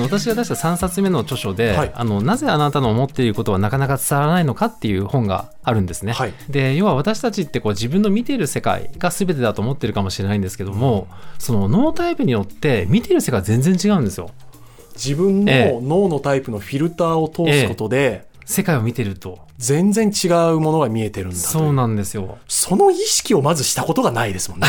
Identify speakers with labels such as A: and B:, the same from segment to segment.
A: 私が出した3冊目の著書で、
B: はい
A: あのなぜあなたの思っていることはなかなか伝わらないのかっていう本があるんですね。
B: はい
A: で要は私たちってこう自分の見ている世界が全てだと思ってるかもしれないんですけどもその脳タイプによって見ている世界は全然違うんですよ。
B: 自分
A: ええ
B: の脳のタイプのフィルターを通すことで、
A: 世界を見てると
B: 全然違うものが見えてるんだという
A: そうなんです よ。
B: その意識をまずしたことがないですもんね。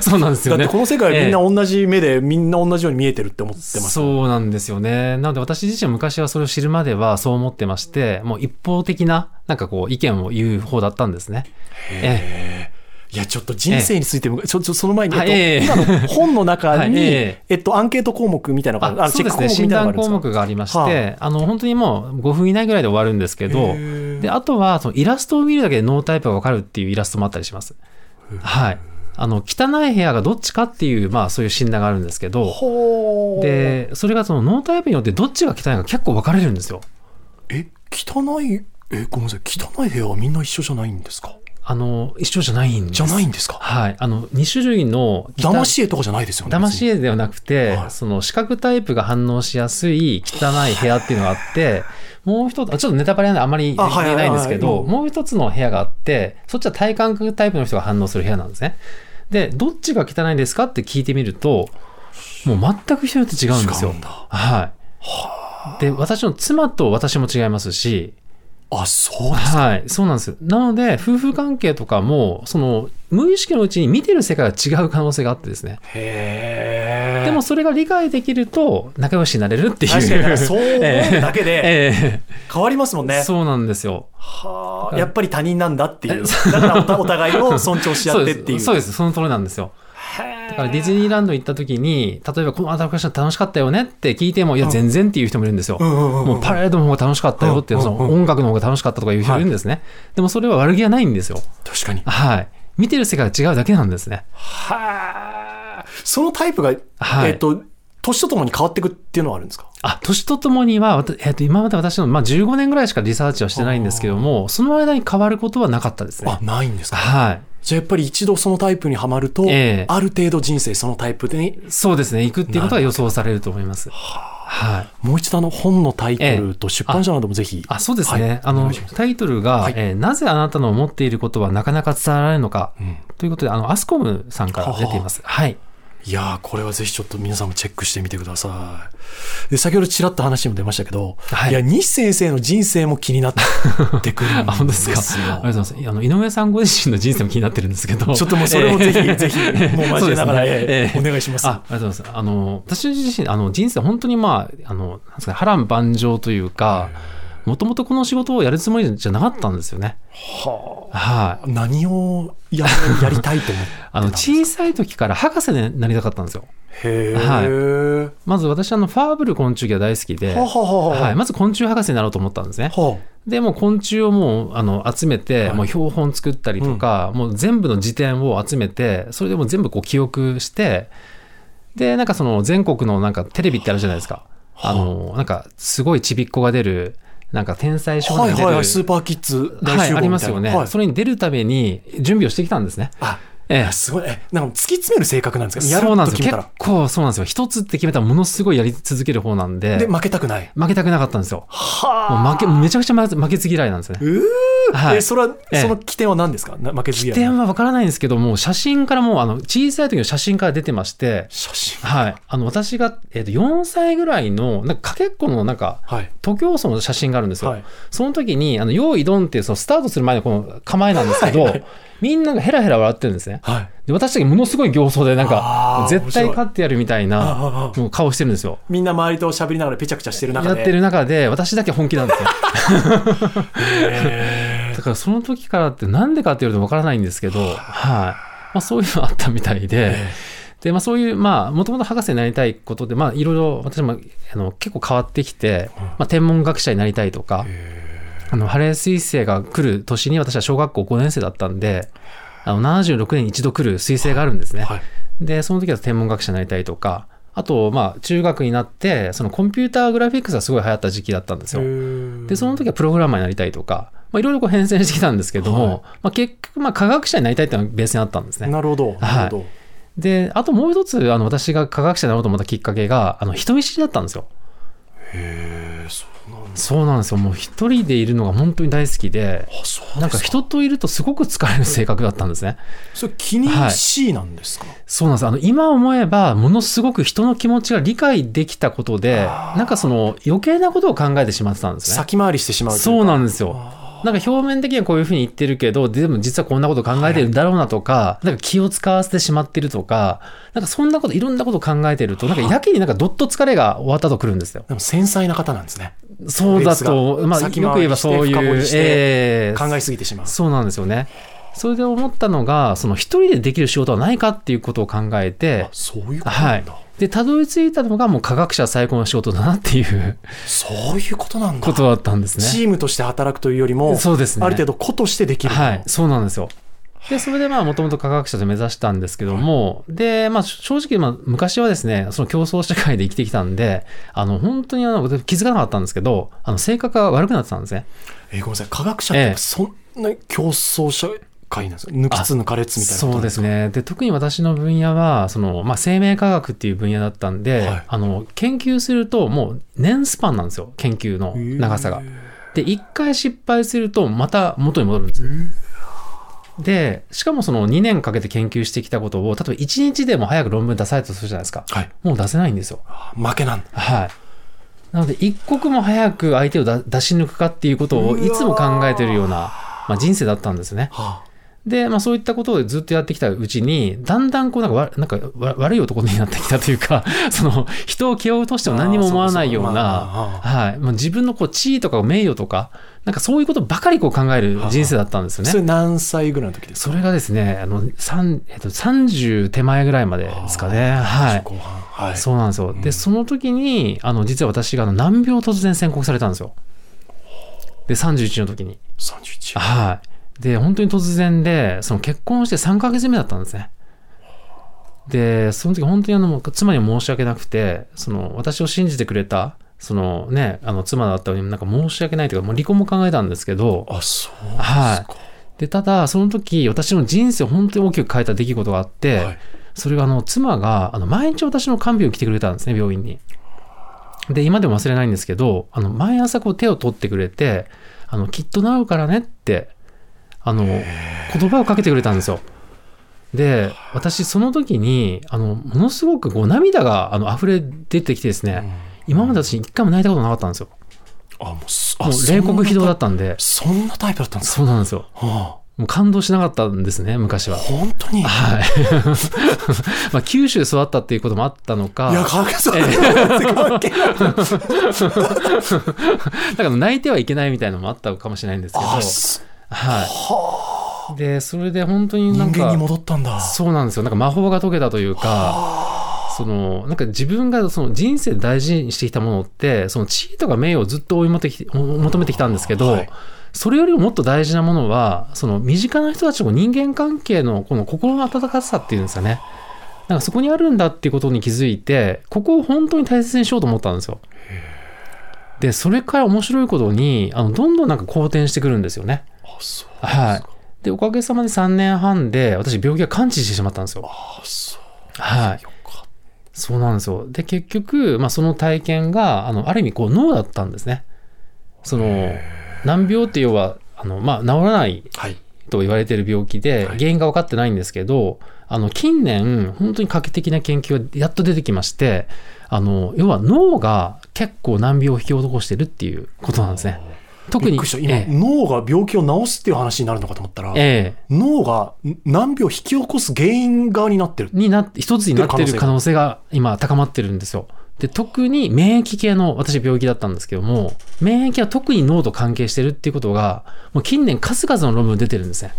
A: そうなんです
B: だ
A: よ
B: っ
A: ね。
B: てこの世界はみんな同じ目で、みんな同じように見えてるって思ってます。
A: そうなんですよね。なので私自身は昔はそれを知るまではそう思ってまして、もう一方的な、なんかこう意見を言う方だったんですね。ええ
B: いや、ちょっと人生についても、ちょ、ちょ、その前に、
A: はい
B: えっと、
A: え
B: 今の本の中に、
A: はいええ
B: えっと、アンケート項目みたいなのが、
A: あそうですね。
B: チェ
A: 診
B: ック項目みたいなの
A: 断
B: があ
A: 項
B: るんで
A: 目がありまして、
B: は
A: あの、本当にもう5分以内ぐらいで終わるんですけ
B: すか
A: ど、で、あとは、そのイラストを見るだけで脳タイプがわかるっていうイラストもあったりします。はい。あの、汚い部屋がどっちかっていう、まあそういう診断があるんですけど、
B: ほー、
A: で、それがその脳タイプによってどっちが汚いか結構分かれるんですよ。
B: え、汚い、え、ごめんなさい、汚い部屋はみんな一緒じゃないんですか
A: あの、一緒じゃないんです
B: じゃないんですか
A: はい。あの、2種類の汚い、
B: 騙し絵とかじゃないですよね。
A: 騙し
B: 絵。
A: 絵ではなくて、
B: はい
A: その視覚タイプが反応しやすい汚い部屋っていうのがあって、もう一つ、あちょっとネタバレなんであんまり
B: あはい
A: 言えないんですけ
B: はいは
A: ど、
B: いはい
A: もう一つの部屋があって、そっちは体感覚タイプの人が反応する部屋なんですね。で、どっちが汚いですかって聞いてみると、もう全く人によって違うんです
B: 違
A: よ
B: うん。だ。
A: はい。で、私の妻と私も違いますし、
B: あ、そうです。
A: はい、そうなんですよ。なので、夫婦関係とかも、その、無意識のうちに見てる世界が違う可能性があってですね。
B: へー
A: でも、それが理解できると、仲良しになれるっていう。
B: 確かにだからそう思うだけで
A: え え
B: 変わりますもんね。
A: そうなんですよ。
B: はあ、
A: はい
B: やっぱり他人なんだっていう。だからお互お互いを尊重し合ってっていう。
A: そうです。そうですその通りなんですよ。だからディズニーランド行った時に、例えばこのアトラクション楽しかったよねって聞いても、いや、全然っていう人もいるんですよ。
B: うんうんうん
A: もうパレードの方が楽しかったよって、
B: うんうん
A: そ
B: うん
A: の音楽の方が楽しかったとかいう人もいるんですね。でもそれは悪気はないんですよ。
B: 確かに。
A: はい。見てる世界が違うだけなんですね。
B: はあ。そのタイプが、
A: はい
B: えっと、年とともに変わっていくっていうのはあるんですか
A: あ、年とともには、わたえっと今まで私の、まあ、15年ぐらいしかリサーチはしてないんですけども、その間に変わることはなかったですね
B: あ。、ないんですか
A: はい。
B: じゃあやっぱり一度そのタイプにはまると、
A: ええ
B: ある程度人生そのタイプで、
A: そうですね。行くっていうことは予想されると思います。はい。
B: もう一度あの本のタイトルと出版社などもぜひ。
A: あ、そうですね。
B: はい
A: あ
B: お願
A: の
B: いしま、
A: タイトルが、
B: はい
A: えーなぜあなたの思っていることはなかなか伝わらないのか、
B: ん
A: ということで、あの、アスコムさんから出ています。はい。
B: いやー、これはぜひちょっと皆さんもチェックしてみてください。で、先ほどちらっと話にも出ましたけど、
A: はい
B: いや、西先生の人生も気になってくる んですよ。
A: あ、本当ですか。ありがとうございますいや。あの、井上さんご自身の人生も気になってるんですけど。
B: ちょっともうそれもぜひ、ぜひ、もう交えながら、
A: そうですね
B: ええ
A: ええ
B: お願いします。
A: あありがとうございます。あの、私自身、あの、人生本当にまあ、あの、なんですか、波乱万丈というか、もともとこの仕事をやるつもりじゃなかったんですよね。
B: は
A: はい。
B: あ何をややりたいと思って
A: あの、小さい時から博士になりたかったんですよ。
B: へえ、
A: はい
B: は
A: まず私、あの、ファーブル昆虫記が大好きで、
B: あはあはあ
A: はい。まず昆虫博士になろうと思ったんですね。
B: は
A: で、もう昆虫をもう、あの、集めて、
B: はい
A: もう標本作ったりとか、もう全部の辞典を集めて、それでもう全部こう記憶して、で、なんかその全国のなんかテレビってあるじゃないですか。あの、なんかすごいちびっこが出る、なんか天才
B: あ
A: 少
B: は
A: 年
B: い
A: が出
B: は
A: る。
B: いはい、スーパーキッズ大
A: はい
B: 集合みたいな。
A: ありますよね、
B: はい
A: それに出るために準備をしてきたんですね。
B: あ
A: ええ。
B: すごい、えなんか突き詰める性格なんですかやる
A: そうなん
B: と
A: です
B: 決
A: よ。
B: め
A: 結
B: たら。
A: 構そうなんですよ。一つって決めたらものすごいやり続ける方なんで、
B: で、負けたくない。
A: 負けたくなかったんですよ。も
B: は
A: う負け、めちゃくちゃ負け負けず嫌いなんですね。
B: うー
A: はい
B: え、それは、
A: ええ
B: その起点は何ですかな負けず
A: 起
B: 嫌い。
A: 点は分からないんですけども、写真からもう、あの、小さい時の写真から出てまして、
B: 写真。
A: はい。あの、私が、えっ、と、4歳ぐらいの、なんか、かけっこの、なんか、
B: はい。
A: 徒競走の写真があるんですよ。
B: はい
A: その時に、あの、用意ドンっていう、その、スタートする前のこの構えなんですけど、
B: はいはい
A: みんながヘラヘラ笑ってるんですね。
B: はい。
A: で、私だけものすごい形相で、なんか
B: あー、
A: 絶対勝ってやるみたい
B: ああ
A: な、
B: ああ
A: もう顔してるんですよ。
B: みんな周りと喋りながらペチャクチャしてる中
A: や
B: で。
A: ってる中で、私だけ本気なんですよ。
B: へ
A: だからその時からってなんでかっていうとわからないんですけど、はい。まあそういうのあったみたいで、で、まあそういう、まあもともと博士になりたいことで、まあいろいろ私もあの結構変わってきて、まあ天文学者になりたいとか、あの、ハレー彗星が来る年に私は小学校5年生だったんで、あの76年に一度来る彗星があるんですね。
B: ーはい。
A: で、その時は天文学者になりたいとか、あと、まあ中学になって、そのコンピューターグラフィックスがすごい流行った時期だったんですよ。でその時はプログラマーになりたいとか、まあ、いろいろこう変遷してきたんですけども、まあ、結局まあ科学者になりたいっていうのがベースにあったんですね。
B: なるほど。なるほど。
A: であともう一つあの私が科学者になろうと思ったきっかけがあの人見知りだったんですよ。
B: へえ、そうなんです。
A: そうなんですよもう一人でいるのが本当に大好きで
B: あ、そうです
A: なんか人といるとすごく疲れる性格だったんですね
B: それ気にしいなんですか、
A: そうなんですあの今思えばものすごく人の気持ちが理解できたことで
B: あー
A: なんかその余計なことを考えてしまってたんですね
B: 先回りしてしまうといか
A: そうなんですよ
B: あ
A: なんか表面的にはこういうふうに言ってるけど、でも実はこんなこと考えてるんだろうなとか、なんか気を使わせてしまってるとか、なんかそんなこと、いろんなこと考えてると、なんかやけになんかどっと疲れが終わったとくるんですよ
B: ー。でも繊細な方なんですね。
A: そうだ
B: ベース
A: と、
B: が
A: まあ、よ
B: 先
A: く
B: 回りして
A: 言えばそうい
B: 深掘
A: う
B: りし、て
A: え
B: 考えすぎてしまう。
A: そうなんですよね。それで思ったのが、その一人でできる仕事はないかっていうことを考えて
B: あ、そういうこと
A: は
B: ないんだ。。
A: で、たどり着いたのがもう科学者最高の仕事だなっていう
B: そういうことなんだ。
A: ことだったんですね。
B: チームとして働くというよりも、
A: そうですね
B: ある程度個としてできるもの。
A: はい、そうなんですよ。で、それでまあ、もともと科学者で目指したんですけども、で、まあ、正直、まあ、昔はですね、その競争社会で生きてきたんで、あの、本当にあの気づかなかったんですけど、あの、性格が悪くなってたんですね。
B: えーごめんなさい、科学者って
A: ええ
B: そんな競争社会なんですか抜きつ抜かれつみたいなこと
A: そう
B: なん
A: ですね。で、特に私の分野は、その、まあ、生命科学っていう分野だったんで、
B: はい
A: あの、研究すると、もう年スパンなんですよ、研究の
B: へー
A: 長さが。で、一回失敗すると、また元に戻るんですよ。で、しかもその2年かけて研究してきたことを、例えば1日でも早く論文出されたとするじゃないですか。
B: はい。
A: もう出せないんですよ。
B: あ負けなんだ。
A: はい。なので、一刻も早く相手をだ出し抜くかっていうことをいつも考えてるような、まあ、人生だったんですね。
B: は
A: で、まあそういったことをずっとやってきたうちに、だんだんこうなんかわ、なんかわ悪い男になってきたというか、 その人を蹴落としても何にも思わないよう
B: あーそうそうまあ
A: な、はい。まあ自分のこう地位とか名誉とか、なんかそういうことばかりこう考える人生だったんです
B: あ
A: よね
B: そ。れ何歳ぐらいの時ですか
A: それがですね、あの、三えっと、30手前ぐらいまでですかね。はい。
B: 後半。はい。
A: そうなんですよ。で、その時に、あの、実は私があの難病を突然宣告されたんですよ。で、31の時に。
B: 31。
A: はい。で、本当に突然で、その結婚して3ヶ月目だったんですね。で、その時本当にあの、妻には申し訳なくて、その、私を信じてくれた、そのね、あの、妻だったのに、なんか申し訳ないというか、もう離婚も考えたんですけど、
B: あ、そうですか。
A: はいで、ただ、その時、私の人生を本当に大きく変えた出来事があって、
B: はい
A: それがあの、妻が、あの、毎日私の看病に来てくれたんですね、病院に。で、今でも忘れないんですけど、あの、毎朝こう手を取ってくれて、あの、きっと治るからねって、あの、言葉をかけてくれたんですよ。で、私、その時に、あの、ものすごくこう、涙が、あの、溢れ出てきてですね、今まで私一回も泣いたことなかったんですよ。
B: あ、もうす、
A: も
B: あ、
A: う冷酷非道だ
B: っ
A: ったんで、
B: そんなタイプだったんですか
A: そうなんですよ。
B: は
A: もう感動しなかったんですね、昔は
B: あ。本当にいや、
A: はい。まあ、九州で育ったっていうこともあったのか、だか
B: 科学者関係ない。
A: ら泣いてはいけないみたいなのもあったかもしれないんですけど、
B: あ、す
A: はい。で、それで本当になん
B: 人間
A: か
B: に、戻ったんだ。
A: そうなんですよ。なんか魔法が解けたというか、その、なんか自分がその人生で大事にしてきたものって、その地位とか名誉をずっと追い求めてき求めてきたんですけど、
B: はい
A: それよりももっと大事なものは、その身近な人たちと人間関係のこの心の温かさっていうんですかね。なんかそこにあるんだっていうことに気づいて、ここを本当に大切にしようと思ったんですよ。で、それから面白いことに、あの、どんどんなんか好転してくるんですよね。
B: あ、そう。
A: はい。で、おかげさまで3年半で、私、病気が完治してしまったんですよ。
B: あ、そう。
A: はい。
B: よかっ
A: そうなんですよ。で、結局、まあ、その体験が、あの、ある意味、こう、脳だったんですね。その、難病って要は、あの、まあ、治らない
B: た。はい。
A: と言われてる病気で
B: はい
A: 原因が分かってないんですけど、あの近年本当に画期的な研究がやっと出てきましてあの要は脳が結構難病を引き起こしてるっていうことなんですね。特
B: びっ
A: に
B: くりした。今、
A: ええ
B: 脳が病気を治すっていう話になるのかと思ったら、
A: え
B: 脳がん難病を引き起こす原因側になってる
A: え。になって一つになってる可能性が今高まってるんですよ。で特に免疫系の私病気だったんですけども免疫は特に脳と関係してるっていうことがもう近年数々の論文出てるんですね。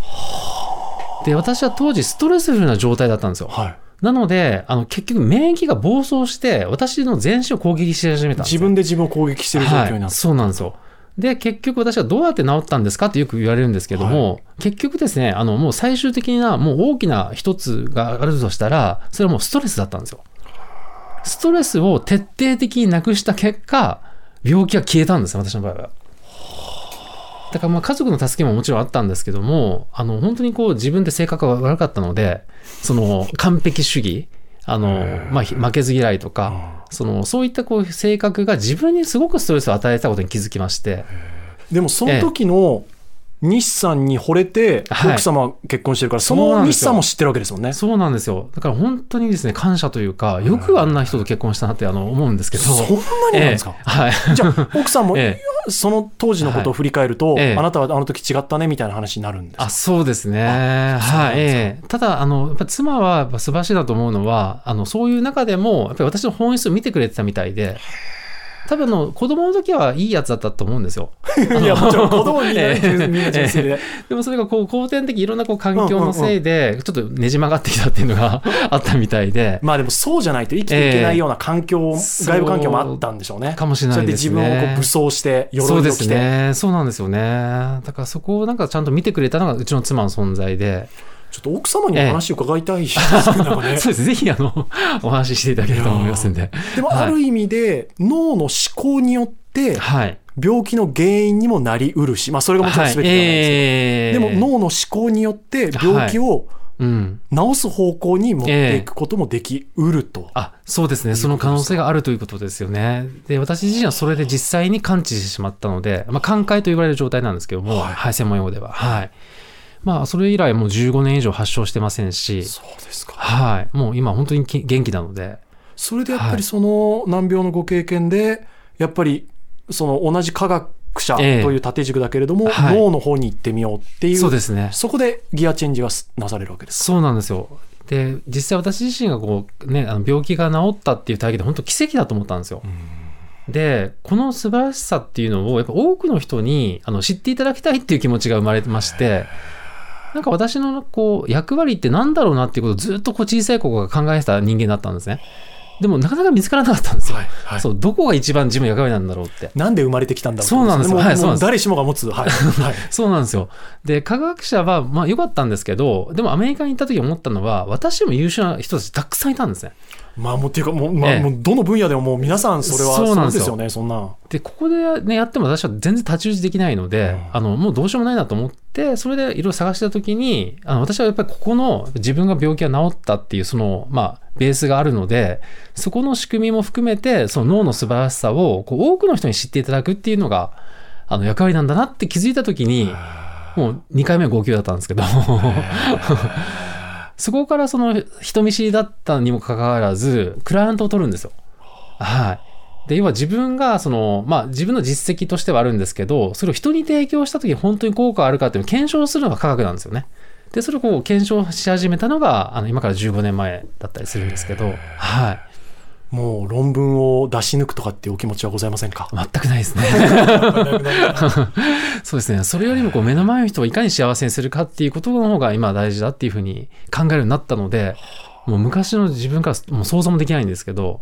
A: で私は当時ストレスフルな状態だったんですよ。
B: はい。
A: なので、あの、結局免疫が暴走して、私の全身を攻撃し始めたんです
B: 自
A: よ。
B: 分で自分を攻撃してる状況にな
A: はい。
B: って
A: そうなんですよ。で、結局私はどうやって治ったんですかってよく言われるんですけども、結局ですね、あの、もう最終的な、もう大きな一つがあるとしたら、それはもうストレスだったんですよ。ストレスを徹底的になくした結果、病気が消えたんですよ、私の場合は。だからまあ家族の助けももちろんあったんですけども、あの本当にこう自分で性格が悪かったので、その完璧主義、あの、まあ、ひ負けず嫌いとか、その、そういったこう性格が自分にすごくストレスを与えてたことに気づきまして、
B: でもその時の西さんに惚れて、
A: はい
B: 奥様は結婚してるから、そ
A: そうな
B: の
A: んで
B: 西
A: すよ
B: さんも知ってるわけですもんね。
A: そうなんですよ。だから本当にですね、感謝というか、よくあんな人と結婚したなってあの思うんですけど。
B: そんなになんですか、
A: ええはい。
B: じゃあ、奥さんも、
A: え
B: その当時のことを振り返ると、
A: はいええ
B: あなたはあの時違ったねみたいな話になるんです
A: あ
B: か
A: そうですね。
B: そうなん
A: はい、
B: ですか
A: ええただ、あの、やっぱ妻はやっぱ素晴らしいなと思うのは、あの、そういう中でも、やっぱり私の本質を見てくれてたみたいで、多分あの、子供の時はいいやつだったと思うんですよ。
B: いや、もちろん子供みんなね、純粋みんな純粋で。
A: でもそれがこう、後天的いろんなこう環境のせいで、ちょっとねじ曲がってきたっていうのが あったみたいで、
B: まあでもそうじゃないと生きていけないような環境、外部環境もあったんでしょうね。
A: かもしれ
B: そ
A: な
B: うやっ
A: い
B: て
A: です
B: 自
A: ね。
B: 分をこう武装して、
A: そう
B: 鎧
A: で
B: を着
A: す
B: て。
A: ね。そうなんですよね。だからそこをなんかちゃんと見てくれたのがうちの妻の存在で。
B: ちょっと奥様にお話を伺いたいですねなんか ね
A: そうです。ぜひあの、お話ししていただければと思いますんで。
B: でも
A: はい
B: ある意味で、脳の思考によって、
A: はい。
B: 病気の原因にもなりうるし、まあそれがもちろん
A: はい
B: 全てではないです
A: え
B: け
A: ー
B: ど、でも脳の思考によって病気を
A: うん。
B: 治す方向に持っていくこともできうると。
A: あ、そうですね。その可能性があるということですよね。で、私自身はそれで実際に完治してしまったので、まあ、寛解と言われる状態なんですけども、
B: は
A: はいい、専門用語では。はい。まあ、それ以来もう15年以上発症してませんし、
B: そうですか。
A: はい。もう今本当にき元気なので、
B: それでやっぱりその難病のご経験で、やっぱりその同じ科学者と
A: ええ
B: いう縦軸だけれども、
A: はい
B: 脳の方に行ってみようっていう、
A: そうですね。
B: そこでギアチェンジがすなされるわけです。
A: そうなんですよ。で、実際私自身がこう、ね、あの病気が治ったっていう体験で本当奇跡だと思ったんですよ。で、この素晴らしさっていうのを、やっぱ多くの人にあの知っていただきたいっていう気持ちが生まれてまして、なんか私のこう役割ってなんだろうなっていうことをずっとこう小さい頃から考えてた人間だったんですね。でもなかなか見つからなかったんですよ。
B: はいはい
A: そう、どこが一番自分の役割なんだろうって。
B: なんで生まれてきたんだろう
A: そうなんですよ
B: も
A: はいそう
B: も
A: なん
B: う
A: です
B: 誰しもが持つ、はいはい
A: そうなんですよ。で、科学者は、まあ良かったんですけど、でもアメリカに行った時思ったのは、私よりも優秀な人たちたくさんいたんですね。
B: まあもうっていうかもう,、まあ
A: ええ
B: もうどの分野でももう皆さんそれは
A: そうなんです
B: で
A: よ
B: すよねそんな
A: で、ここでね、やっても私は全然太刀打ちできないので、
B: うん
A: あの、もうどうしようもないなと思って、それでいろいろ探した時に、あの、私はやっぱりここの自分が病気が治ったっていう、その、まあ、ベースがあるので、そこの仕組みも含めて、その脳の素晴らしさを、こう、多くの人に知っていただくっていうのが、あの、役割なんだなって気づいた時に、もう2回目は号泣だったんですけど、 そこからその人見知りだったにもかかわらず、クライアントを取るんですよ。はい。で、要は自分が、その、まあ自分の実績としてはあるんですけど、それを人に提供した時に本当に効果あるかっていうのを検証するのが科学なんですよね。で、それをこう検証し始めたのが、あの、今から15年前だったりするんですけど、はい。
B: もう論文を出し抜くとかっていうお気持ちはございません か
A: 全くないですね。 そうですね。それよりもこう目の前の人をいかに幸せにするかっていうことの方が今大事だっていうふうに考えるようになったので、もう昔の自分からもう想像もできないんですけど、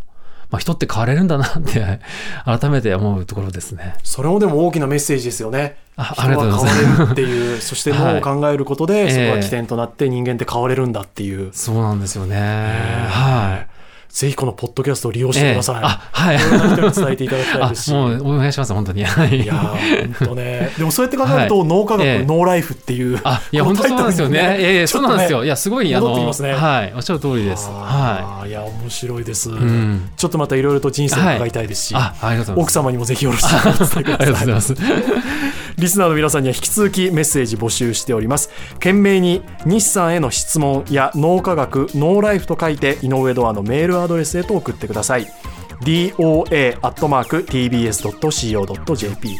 A: まあ、人って変われるんだなって改めて思うところですね。
B: それもでも大きなメッセージですよね。
A: あ
B: 人は変
A: あり
B: わ
A: がとうござい
B: れるっ ていう、そして脳を考えることで、
A: はい
B: そこ
A: え
B: が
A: え
B: 起点となって人間って変われるんだっていう。
A: そうなんですよね。はい。
B: ぜひこのポッドキャストを利用してください。
A: ええあ、はい。
B: いろんな人に伝えていただきたい
A: あ
B: ですし。
A: もうお願いします、本当に。はい
B: いやー本当ね。でもそうやって考えると、
A: はい
B: 脳科学、
A: ええ
B: 脳ライフっていう。
A: あ、いや、
B: こ
A: 本
B: の
A: 当そう
B: タイトル
A: なんですよね。
B: に
A: ええそうなんですよ。い
B: ちょっ
A: や、すごい、あ
B: 戻
A: の、
B: ってきますね
A: はい、おっしゃる通り
B: とね
A: です。は
B: あーいや、面白いです。
A: ん
B: ちょっとまたいろいろと人生を伺いたいですし、
A: い。あ、ありがとうご
B: 奥
A: ざい
B: 様にもぜひよろしくお伝
A: ます。あり
B: えください
A: がとうございます。
B: リスナーの皆さんには引き続きメッセージ募集しております。懸命に日産への質問や脳科学、ノーライフと書いて井上ドアのメールアドレスへと送ってください。doa.tbs.co.jp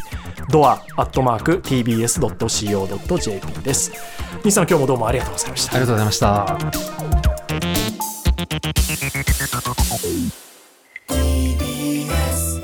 B: ドア .tbs.co.jp です。日産今日もどうもありがとうございまし
A: あ
B: た
A: り。がとうございました。
C: TBS